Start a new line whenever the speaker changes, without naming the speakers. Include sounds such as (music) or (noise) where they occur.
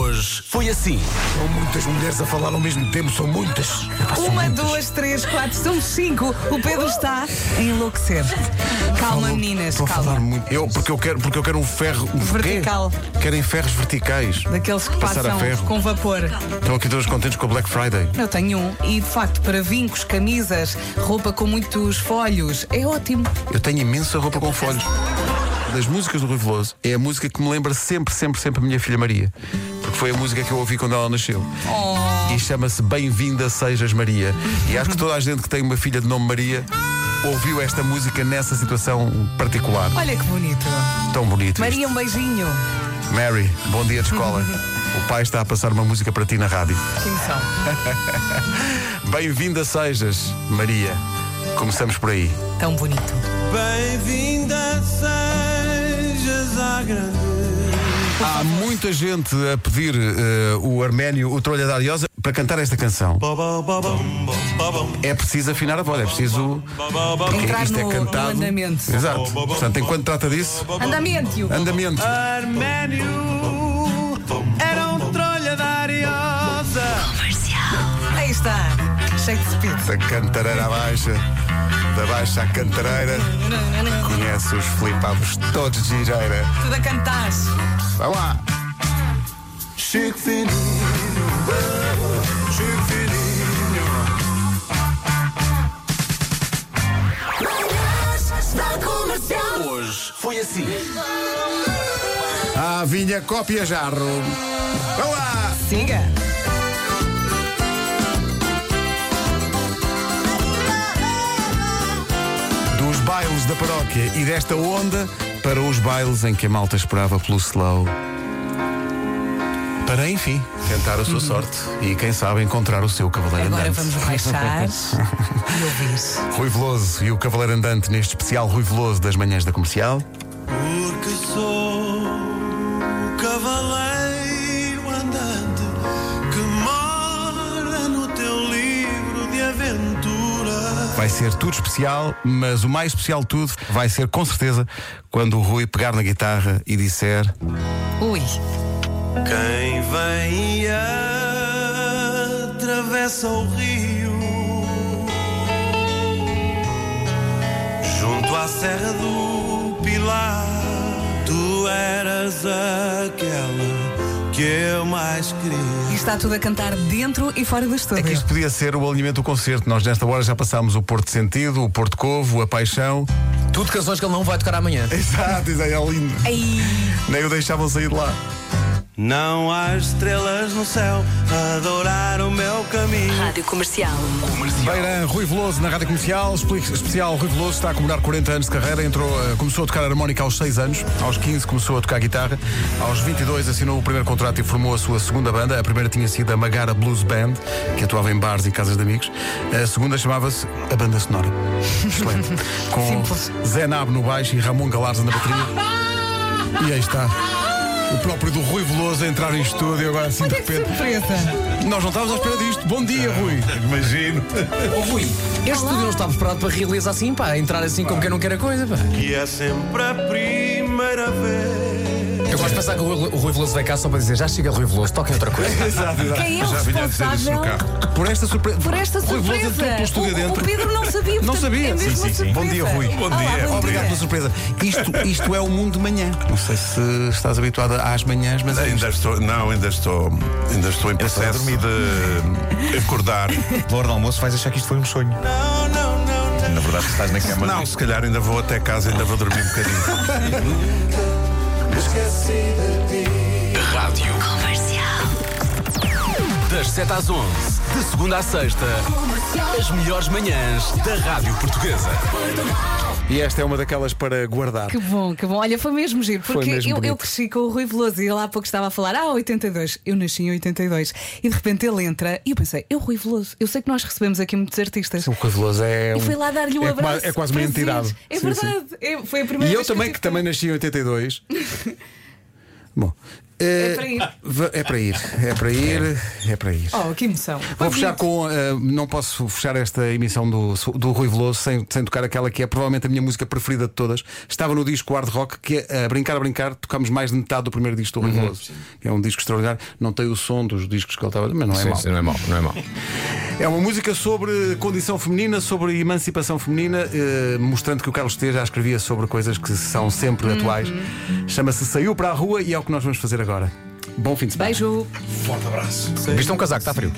Hoje foi assim.
São muitas mulheres a falar ao mesmo tempo, são muitas. Epá, são
Uma,
muitas.
duas, três, quatro, são cinco. O Pedro está a enlouquecer. Calma,
Estou-
meninas,
estou a falar
calma.
muito. Eu, porque, eu quero, porque eu quero um ferro. Um
Vertical.
Quê? Querem ferros verticais.
Daqueles que
Passar
passam
a ferro.
com vapor.
Estão aqui todos contentes com a Black Friday.
Eu tenho um. E de facto, para vincos, camisas, roupa com muitos folhos, é ótimo.
Eu tenho imensa roupa com folhos. Das músicas do Rui Veloso é a música que me lembra sempre, sempre, sempre a minha filha Maria. Porque foi a música que eu ouvi quando ela nasceu. E chama-se Bem-vinda Sejas Maria. E acho que toda a gente que tem uma filha de nome Maria ouviu esta música nessa situação particular.
Olha que bonito.
Tão bonito. isto.
Maria, um beijinho.
Mary, bom dia de
(laughs)
escola. o pai está a passar uma música para ti na rádio.
Que emoção.
Bem-vinda Sejas Maria. Começamos por aí.
Tão bonito.
Bem-vinda sejas à grande.
Há muita gente a pedir eh, o arménio, o Trolha da Ariosa, para cantar esta canção.
Babam, babam, babam,
É preciso afinar a voz, é preciso.
babam.
Entrar
isto
no-
é cantado.
no andamento.
Exato. Portanto, enquanto trata disso,
Andamento.
andamento.
Arménio era um trolha da ariosa.
Aí está. Cheio de speed.
Da cantareira à baixa, da baixa à cantareira. Conhece os flipados todos de gireira.
Tudo a cantar.
Vamos lá.
Chico fininho, Chico fininho.
Hoje foi assim.
A vinha cópia jarro. Vamos lá.
Siga.
Dos bailes da paróquia e desta onda para os bailes em que a malta esperava pelo slow. Para, enfim, tentar a sua sorte e, quem sabe, encontrar o seu cavaleiro
Uhum. Agora
andante. (laughs)
vamos baixar e ouvir.
Rui Veloso e o Cavaleiro Andante neste especial Rui Veloso das manhãs da comercial.
Porque sou o cavaleiro andante que mora no teu livro de aventura.
Vai ser tudo especial, mas o mais especial de tudo vai ser com certeza quando o Rui pegar na guitarra e disser.
Ui.
Quem vem e atravessa o rio Junto à Serra do Pilar Tu eras aquela que eu mais queria
E está tudo a cantar dentro e fora do estúdio.
É que isto podia ser o alinhamento do concerto. Nós, nesta hora, já passámos o Porto Sentido, o Porto Covo, a Paixão.
Tudo canções que ele não vai tocar amanhã.
Exato, exato, é lindo.
Ai,
Nem o deixavam sair de lá.
Não há estrelas no céu a adorar o meu caminho
Rádio Comercial.
Beira, Rui Veloso na Rádio Comercial, Expli- especial Rui Veloso está a comemorar 40 anos de carreira, entrou, eh, começou a tocar harmónica aos 6 anos, aos 15 começou a tocar guitarra, aos 22 assinou o primeiro contrato e formou a sua segunda banda, a primeira tinha sido a Magara Blues Band, que atuava em bares e casas de amigos, a segunda chamava-se a Banda
(laughs)
Sonora. Excelente. Com
Simples.
Zé Nabo no baixo e Ramon Galares na bateria.
(laughs)
E aí está. O próprio do Rui Veloso a entrar em estúdio agora assim de
que
repente.
surpresa.
Nós não estávamos à espera disto. Bom dia, Rui.
Imagino
Ô Rui, este estúdio não estava preparado para realizar assim, pá. Entrar assim como quem não quer a coisa, pá.
que é sempre a primeira vez
Eu gosto de pensar que o Rui, o Rui Veloso vai cá só para dizer já chega Rui Veloso, toquem outra coisa.
Exato, exato.
Quem é o
Já vinha a dizer isso no
responsável
carro. Por esta surpresa.
por esta
Rui Veloso
surpresa?
entrou pelo estúdio
o,
adentro.
o Pedro não sabia.
Não
portanto,
sabia.
É mesmo uma surpresa.
Bom dia, Rui.
Olá, bom
Obrigado pela surpresa. Isto, isto é o mundo de manhã. Não sei se estás habituada às manhãs, mas é isto.
Ainda estou, não, ainda estou, ainda estou em processo de acordar.
Pela hora do almoço vais achar que isto foi um sonho.
Não, não, não, não
Na verdade, estás na cama.
Não, se calhar ainda vou até casa, ainda vou dormir um bocadinho.
Rádio. Das 7 às 11, de segunda à sexta, as melhores manhãs da Rádio Portuguesa.
E esta é uma daquelas para guardar.
Que bom, que bom. Olha, foi mesmo giro, porque
mesmo
eu, eu
bonito.
cresci com o Rui Veloso e ele há pouco estava a falar, ah, 82, eu nasci em 82. E de repente ele entra e eu pensei, é o Rui Veloso. Eu sei que nós recebemos aqui muitos artistas.
O Rui Veloso é.
E
um-
fui lá dar-lhe um
é
abraço.
Quase, é quase uma
prazer.
entidade.
É
Sim, sim.
verdade. É- foi a primeira
E eu
vez
também,
(laughs) eu
que
tive
também nasci em 82. Bom, Eh,
É para ir.
va- É para ir, é para ir, é para ir.
Oh, que emoção.
Vou fechar com. eh, não posso fechar esta emissão do, do Rui Veloso sem, sem tocar aquela que é provavelmente a minha música preferida de todas. Estava no disco Hard Rock, que eh, a brincar, a brincar, tocámos mais de metade do primeiro disco
Uhum.
do Rui Veloso. É um disco extraordinário. Não tem o som dos discos que ele estava. Mas não é
Sim,
mau.
sim, não é mau, não é mau.
(laughs) É uma música sobre condição feminina, sobre emancipação feminina, eh, mostrando que o Carlos T já escrevia sobre coisas que são sempre atuais. Chama-se Saiu para a Rua e é o que nós vamos fazer agora. Bom fim de semana.
Beijo.
Viste um casaco, está frio.